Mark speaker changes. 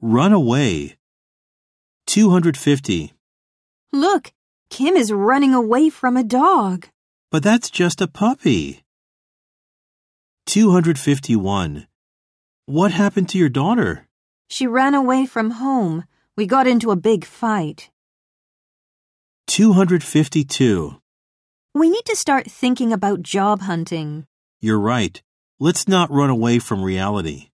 Speaker 1: Run away. 250.
Speaker 2: Look, Kim is running away from a dog.
Speaker 1: But that's just a puppy. 251. What happened to your daughter?
Speaker 2: She ran away from home. We got into a big fight.
Speaker 1: 252.
Speaker 2: We need to start thinking about job hunting.
Speaker 1: You're right. Let's not run away from reality.